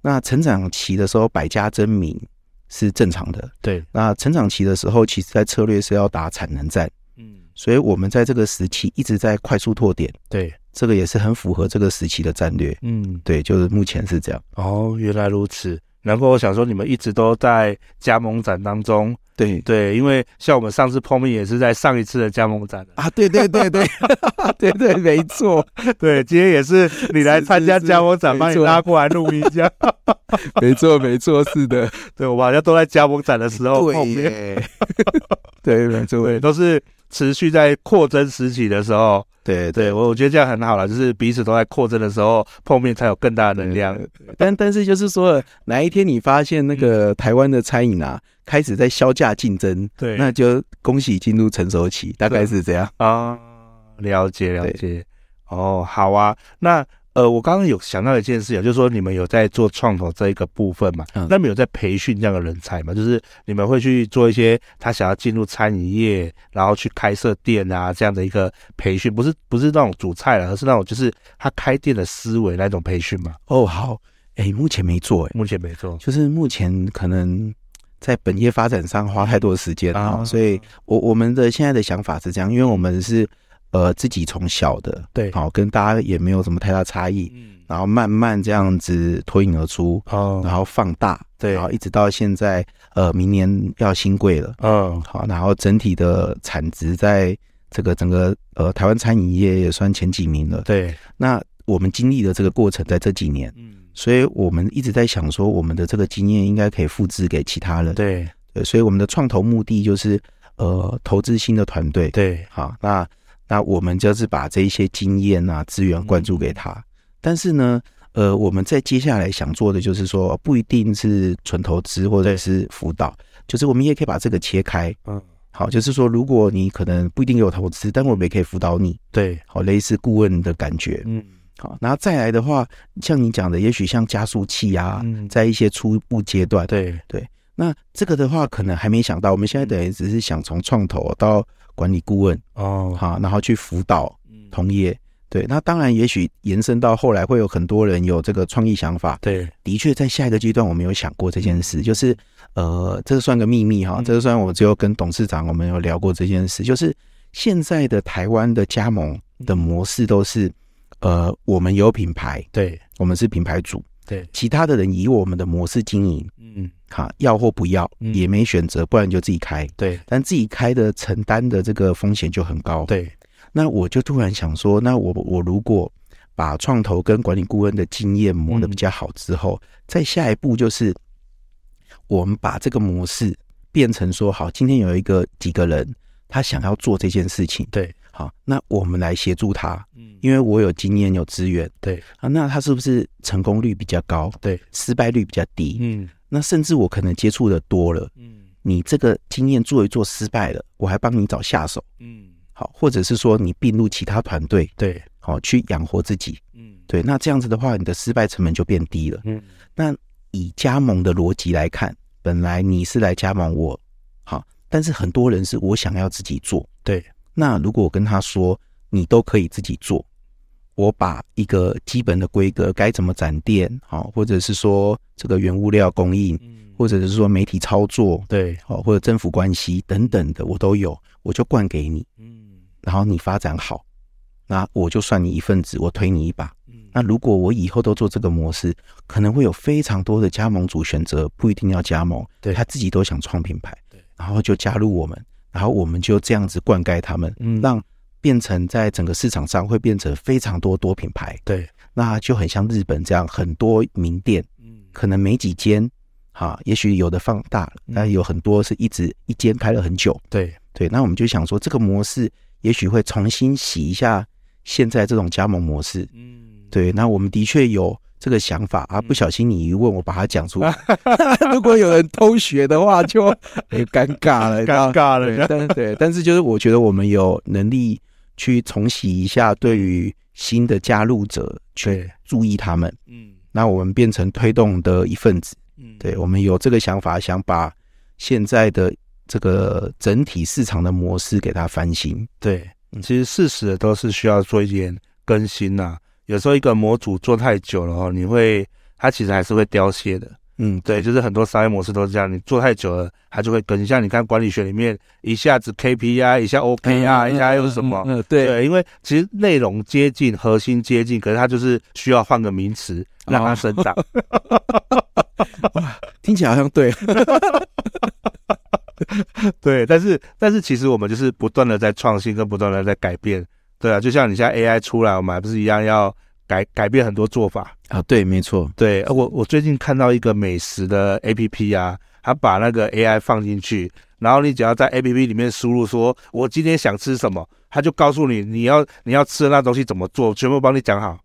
B: 那成长期的时候，百家争鸣是正常的。
A: 对，
B: 那成长期的时候，其实在策略是要打产能战，
A: 嗯，
B: 所以我们在这个时期一直在快速拓点，
A: 对，
B: 这个也是很符合这个时期的战略。
A: 嗯，
B: 对，就是目前是这样。
A: 哦，原来如此。难怪我想说，你们一直都在加盟展当中，
B: 对
A: 对，因为像我们上次碰面也是在上一次的加盟展，
B: 啊，对对对 对，对对，没错
A: 对，今天也 是你来参加加盟展，
B: 是是是
A: 把你
B: 没错
A: 拉过来录音一下，
B: 没错没错，是 的，
A: 对，我们好像都在加盟展的时候碰面，
B: 耶，对没错，
A: 对，都是持续在扩增时期的时候，
B: 对对。
A: 对我我觉得这样很好了，就是彼此都在扩增的时候碰面才有更大的能量。
B: 但但是就是说，哪一天你发现那个台湾的餐饮啊，开始在销价竞争，
A: 对
B: 那就恭喜进入成熟期，大概是这样。
A: 啊，了解了解。哦，好啊。那呃，我刚刚有想到一件事情，啊就是说你们有在做创投这一个部分嘛？
B: 嗯
A: 那你们有在培训这样的人才嘛？就是你们会去做一些他想要进入餐饮业，然后去开设店啊这样的一个培训，不是不是那种煮菜了，而是那种就是他开店的思维那种培训嘛？
B: 哦，好，哎、目前没做、哎，
A: 目前没做。
B: 就是目前可能在本业发展上花太多时间啊、
A: 啊
B: 所以我我们的现在的想法是这样，因为我们是呃自己从小的，
A: 对
B: 好、跟大家也没有什么太大差异，
A: 嗯，
B: 然后慢慢这样子脱颖而出，
A: 哦，
B: 然后放大，
A: 对
B: 然后一直到现在，呃，明年要新贵了。
A: 嗯，
B: 好，然后整体的产值在这个整个呃台湾餐饮业也算前几名了。
A: 对，
B: 那我们经历的这个过程在这几年，
A: 嗯，
B: 所以我们一直在想说，我们的这个经验应该可以复制给其他人。
A: 对
B: 对，所以我们的创投目的就是呃投资新的团队。，
A: 对，
B: 好，那那我们就是把这一些经验啊资源灌注给
A: 嗯
B: 他。但是呢，呃，我们在接下来想做的就是说，不一定是纯投资或者是辅导，就是我们也可以把这个切开。
A: 嗯，
B: 好，就是说，如果你可能不一定有投资，但我们也可以辅导你，
A: 对，
B: 好，类似顾问的感觉。
A: 嗯，
B: 好，然后再来的话，像你讲的，也许像加速器啊，
A: 嗯
B: 在一些初步阶段，
A: 对，嗯
B: 那这个的话可能还没想到，我们现在等于只是想从创投到管理顾问，
A: 哦，
B: 好，然后去辅导
A: 嗯，
B: 同业。对，那当然，也许延伸到后来会有很多人有这个创意想法。
A: 对，
B: 的确，在下一个阶段，我们有想过这件事，就是呃，这算个秘密哈
A: 嗯，
B: 这算我只有跟董事长我们有聊过这件事，就是现在的台湾的加盟
A: 嗯
B: 的模式都是，呃，我们有品牌，
A: 对，
B: 我们是品牌主，
A: 对，
B: 其他的人以我们的模式经营，
A: 嗯，
B: 哈，要或不要
A: 嗯
B: 也没选择，不然就自己开，
A: 对，
B: 但自己开的承担的这个风险就很高。
A: 对，
B: 那我就突然想说，那我我如果把创投跟管理顾问的经验磨得比较好之后，再下一步就是我们把这个模式变成说，好，今天有一个几个人他想要做这件事情，
A: 对，
B: 好，那我们来协助他，
A: 嗯，
B: 因为我有经验有资源
A: 对，
B: 啊，那他是不是成功率比较高？
A: 对，
B: 失败率比较低？
A: 嗯，
B: 那甚至我可能接触的多了，
A: 嗯，
B: 你这个经验做一做失败了，我还帮你找下手。
A: 嗯，
B: 好，或者是说你并入其他团队，
A: 对，
B: 好、去养活自己。
A: 嗯，
B: 对，那这样子的话，你的失败成本就变低了。
A: 嗯，
B: 那以加盟的逻辑来看，本来你是来加盟我，好，但是很多人是我想要自己做。
A: 对，
B: 那如果我跟他说你都可以自己做，我把一个基本的规格该怎么展店，好，或者是说这个原物料供应，
A: 嗯，
B: 或者是说媒体操作，
A: 对，
B: 好，或者政府关系等等的，我都有，我就灌给你。
A: 嗯，
B: 然后你发展好，那我就算你一份子，我推你一把。
A: 嗯，
B: 那如果我以后都做这个模式，可能会有非常多的加盟主选择，不一定要加盟，
A: 对
B: 他自己都想创品牌
A: 对，
B: 然后就加入我们，然后我们就这样子灌溉他们，
A: 嗯
B: 让变成在整个市场上会变成非常多多品牌，
A: 对，
B: 那就很像日本这样，很多名店
A: 嗯，
B: 可能没几间。哈，也许有的放大了，
A: 嗯
B: 那有很多是一直一间开了很久，
A: 对，
B: 对，那我们就想说，这个模式也许会重新洗一下现在这种加盟模式。
A: 嗯，
B: 对，那我们的确有这个想法啊，
A: 嗯
B: 不小心你一问，我把它讲出 来。如果有人偷学的话，就很尴尬了，
A: 尴尬
B: 对
A: 了，
B: 但对，但是就是我觉得我们有能力去重洗一下对于新的加入者去
A: 对
B: 注意他们，
A: 嗯，
B: 那我们变成推动的一份子。
A: 嗯，
B: 对，我们有这个想法，想把现在的这个整体市场的模式给它翻新。
A: 对，
B: 嗯
A: 其实事实都是需要做一点更啊新呐、有时候一个模组做太久了哦，你会它其实还是会凋谢的。
B: 嗯，
A: 对，就是很多商业模式都是这样，你做太久了，它就会跟。像你看管理学里面，一下子 KPI，一下 OKR，、一哎下又是什么？
B: 嗯，嗯嗯对，
A: 因为其实内容接近，核心接近，可是它就是需要换个名词让
B: 哦
A: 它生长。
B: 听起来好像对，
A: 对，但是但是其实我们就是不断的在创新跟不断的在改变。对啊，就像你现在 AI 出来，我们还不是一样要改改变很多做法？
B: 啊，对，没错，
A: 对，呃我我最近看到一个美食的 A P P 啊，它把那个 A I 放进去，然后你只要在 A P P 里面输入说“我今天想吃什么”，它就告诉你你要你要吃的那东西怎么做，全部帮你讲好，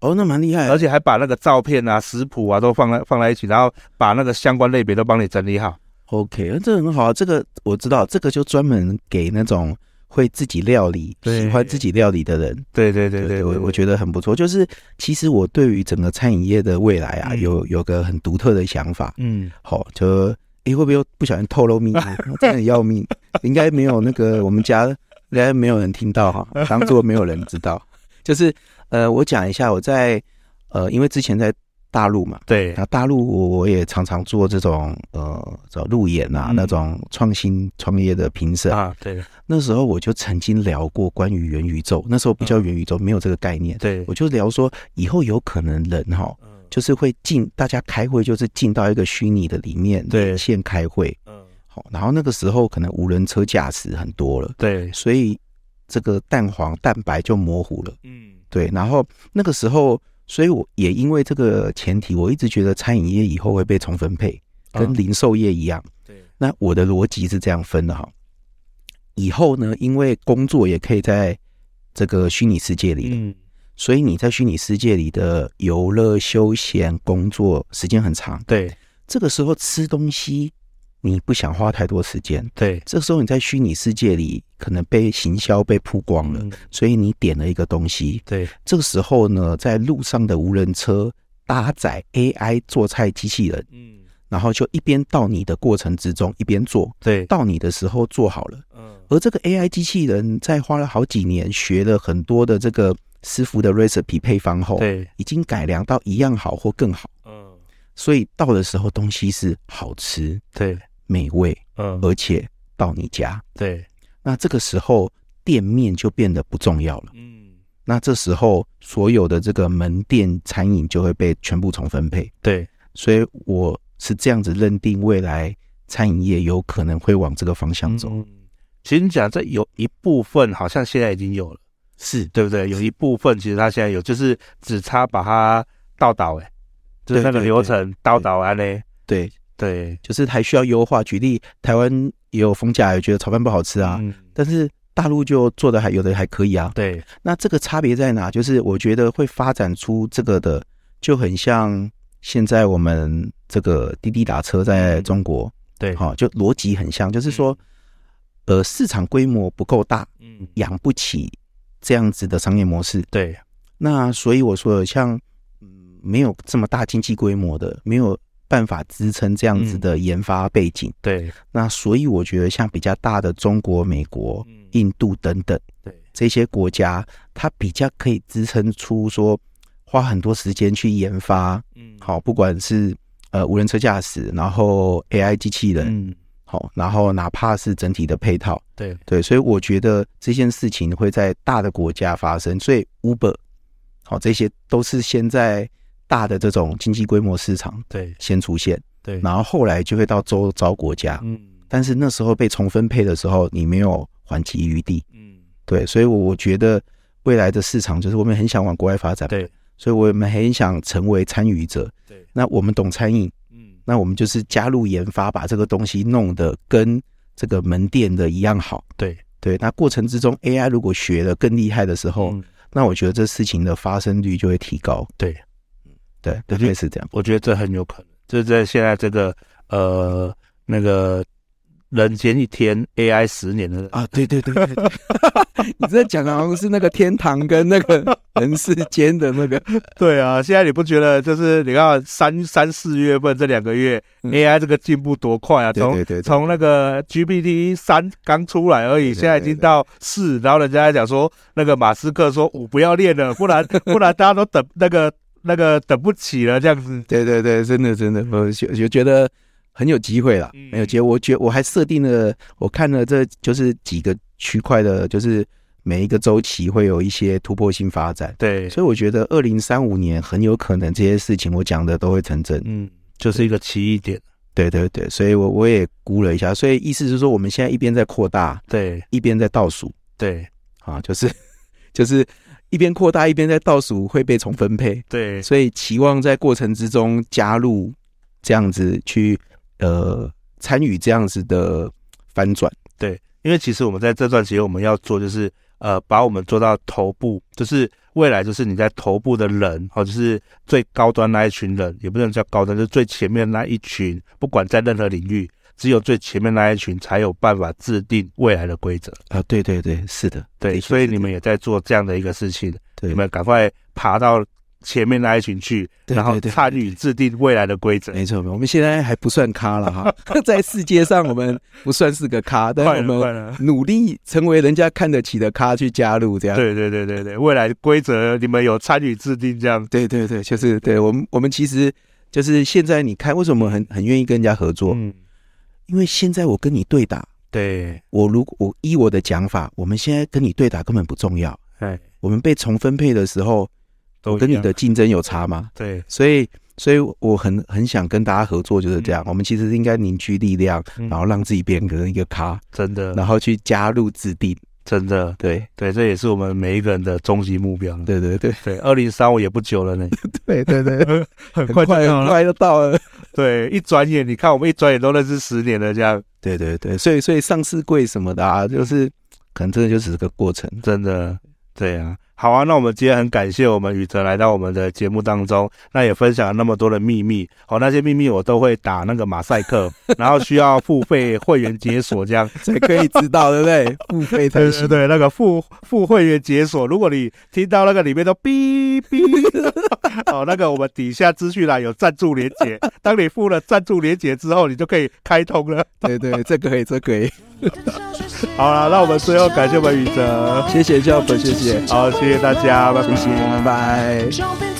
B: 哦，那蛮厉害的，
A: 而且还把那个照片啊、食谱啊都放在放在一起，然后把那个相关类别都帮你整理好。
B: OK，呃这很好啊，这个我知道，这个就专门给那种会自己料理、
A: 对
B: 喜欢自己料理的人。
A: 对对对对，
B: 我我觉得很不错。就是其实我对于整个餐饮业的未来啊，
A: 嗯
B: 有有个很独特的想法。
A: 嗯，
B: 好、就诶、会不会又不小心透露 秘密？真的很要命，应该没有那个我们家应该没有人听到哈，当做没有人知道。 就是呃，我讲一下，我在呃，因为之前在大陆嘛，
A: 对
B: 然，后大陆我我也常常做这种呃，叫路演啊、
A: 嗯
B: 那种创新创业的评审。
A: 啊，对
B: 那时候我就曾经聊过关于元宇宙，那时候不叫元宇宙，没有这个概念。
A: 嗯对
B: 我就聊说，以后有可能人哈，
A: 嗯
B: 就是会进大家开会，就是进到一个虚拟的里面
A: 对
B: 连线开会。
A: 嗯，
B: 好，然后那个时候可能无人车驾驶很多了，
A: 对，
B: 所以这个蛋黄蛋白就模糊了。
A: 嗯
B: 对，然后那个时候，所以我也因为这个前提，我一直觉得餐饮业以后会被重分配，
A: 嗯
B: 跟零售业一样。
A: 对，
B: 那我的逻辑是这样分的哈。以后呢，因为工作也可以在这个虚拟世界里，
A: 嗯
B: 所以你在虚拟世界里的游乐、休闲、工作时间很长。
A: 对
B: 这个时候吃东西，你不想花太多时间。
A: 对，
B: 这时候你在虚拟世界里可能被行销、被曝光了，
A: 嗯
B: 所以你点了一个东西，
A: 对
B: 这个时候呢，在路上的无人车搭载 AI 做菜机器人，
A: 嗯
B: 然后就一边到你的过程之中一边做，
A: 对，
B: 到你的时候做好了。
A: 嗯
B: 而这个 AI 机器人在花了好几年学了很多的这个师傅的 recipe 配方后，
A: 对
B: 已经改良到一样好或更好，
A: 嗯
B: 所以到的时候东西是好吃、
A: 对
B: 美味，
A: 嗯
B: 而且到你家。
A: 对
B: 那这个时候店面就变得不重要了。
A: 嗯
B: 那这时候所有的这个门店餐饮就会被全部重分配，
A: 对
B: 所以我是这样子认定未来餐饮业有可能会往这个方向走。
A: 嗯其实你讲这有一部分好像现在已经有了，
B: 是
A: 对不对？有一部分其实它现在有，就是只差把它倒倒哎、就是那
B: 对
A: 个
B: 对
A: 流程倒倒完嘞，
B: 对，
A: 对
B: 就是还需要优化。举例，台湾也有风甲，也觉得炒饭不好吃啊，
A: 嗯
B: 但是大陆就做的还有的还可以啊。
A: 对
B: 那这个差别在哪？就是我觉得会发展出这个的，就很像现在我们这个滴滴打车在中国，
A: 嗯对，
B: 好、就逻辑很像，就是说，呃，市场规模不够大，
A: 嗯
B: 养不起这样子的商业模式。
A: 对
B: 那所以我说，像嗯，没有这么大经济规模的，没有办法支撑这样
A: 嗯
B: 子的研发背景。
A: 对
B: 那所以我觉得，像比较大的中国、美国、
A: 嗯
B: 印度等等
A: 对
B: 这些国家，它比较可以支撑出说花很多时间去研发，
A: 嗯
B: 好，不管是呃无人车驾驶，然后 AI 机器人，
A: 嗯
B: 好，然后哪怕是整体的配套，
A: 对
B: 对，所以我觉得这件事情会在大的国家发生，所以 Uber，好，这些都是先在大的这种经济规模市场
A: 对
B: 先出现，
A: 对，
B: 然后后来就会到周遭国家，
A: 嗯
B: 但是那时候被重分配的时候，你没有还击余地，
A: 嗯
B: 对，所以我我觉得未来的市场就是我们很想往国外发展，，
A: 对
B: 所以我们很想成为参与者，
A: 对
B: 那我们懂餐饮，
A: 嗯
B: 那我们就是加入研发，把这个东西弄得跟这个门店的一样好。
A: 对
B: 对，那过程之中，AI 如果学了更厉害的时候，
A: 嗯
B: 那我觉得这事情的发生率就会提高。
A: 对。
B: 对，对，会是这样。
A: 我觉得这很有可能，就是在现在这个呃那个人间一天 AI 十年的
B: 啊，对对对对对， 你这讲的好像是那个天堂跟那个人世间的 那个，
A: 对啊，现在你不觉得就是你看三三四月份这两个月、
B: 嗯
A: AI 这个进步多快啊？
B: 对
A: 从
B: 对对对
A: 从那个 GPT 三刚出来而已，
B: 对对
A: 现在已经到 四，然后人家还讲说那个马斯克说五不要练了，不然不然大家都等那个。那个等不起了这样子。
B: 对对对，真的真的，我就就觉得很有机会啦，
A: 嗯
B: 很有机会。我觉我还设定了，我看了这就是几个区块的，就是每一个周期会有一些突破性发展，
A: 对，
B: 所以我觉得二零三五年很有可能这些事情我讲的都会成真。
A: 嗯，就是一个奇异点。
B: 对对对，所以我我也估了一下，所以意思是说我们现在一边在扩大，
A: 对
B: 一边在倒数
A: 对
B: 啊，就是 就是一边扩大一边在倒数会被重分配。
A: 对，
B: 所以期望在过程之中加入这样子去呃参与这样子的翻转，
A: 对，因为其实我们在这段时间我们要做就是呃，把我们做到头部，就是未来就是你在头部的人，哦，就是最高端那一群人，也不能叫高端，就是最前面那一群，不管在任何领域，只有最前面那一群才有办法制定未来的规则。
B: 啊，对对对，是的，
A: 对，
B: 的确
A: 所以
B: 是
A: 你们也在做这样的一个事情，
B: 对
A: 你们赶快爬到前面那一群去，
B: 对
A: 然后
B: 对哎对
A: 参与制定未来的规则。
B: 没错，我们现在还不算咖了哈， 在世界上我们不算是个咖，但
A: 快
B: 是
A: 了，
B: 我
A: 快
B: 们
A: 了！
B: 努力成为人家看得起的咖去加入这样。
A: 对对对对对，未来规则你们有参与制定这样。
B: 对对对，就是对我们我们其实就是现在你看为什么很很愿意跟人家合作，
A: 嗯，
B: 因为现在我跟你对打，
A: 对，
B: 我如果我依我的讲法，我们现在跟你对打根本不重要，
A: 哎，
B: 我们被重分配的时候，
A: 都
B: 跟
A: 一
B: 你
A: 样
B: 的竞争有差吗？
A: 对，
B: 所以，所以我很很想跟大家合作，就是这样。我们其实应该凝聚力量，
A: 嗯
B: 然后让自己变成一个咖，
A: 真的，
B: 然后去加入制定。
A: 真的，
B: 对，
A: 对，这也是我们每一个人的终极目标。
B: 对对对
A: 对，二零三五也不久了呢，
B: 对对对，
A: 很
B: 很快很。快就到了。
A: 对，一转眼，你看我们一转眼都认识十年了，这样
B: 对对对，所以所以上市柜什么的啊，就是可能真的就只是个过 程。
A: 真的，对啊。好啊，那我们今天很感谢我们宇哲来到我们的节目当中，那也分享了那么多的秘密。好、那些秘密我都会打那个马赛 克，然后需要付费会员解锁这样。
B: 才可以知道，对不对？ 付费才
A: 对对
B: 行。
A: 对，那个付付会员解锁，如果你听到那个里面都哔哔，哦，那个我们底下资讯栏有赞助连结，当你付了赞助连结之后，你就可以开通了。
B: 对对，这可以，这可以。
A: 好了，那我们最后感谢我们宇哲，
B: 谢谢教粉，谢谢，
A: 好，谢谢大家，拜拜。
B: 谢谢，拜拜。
C: jumping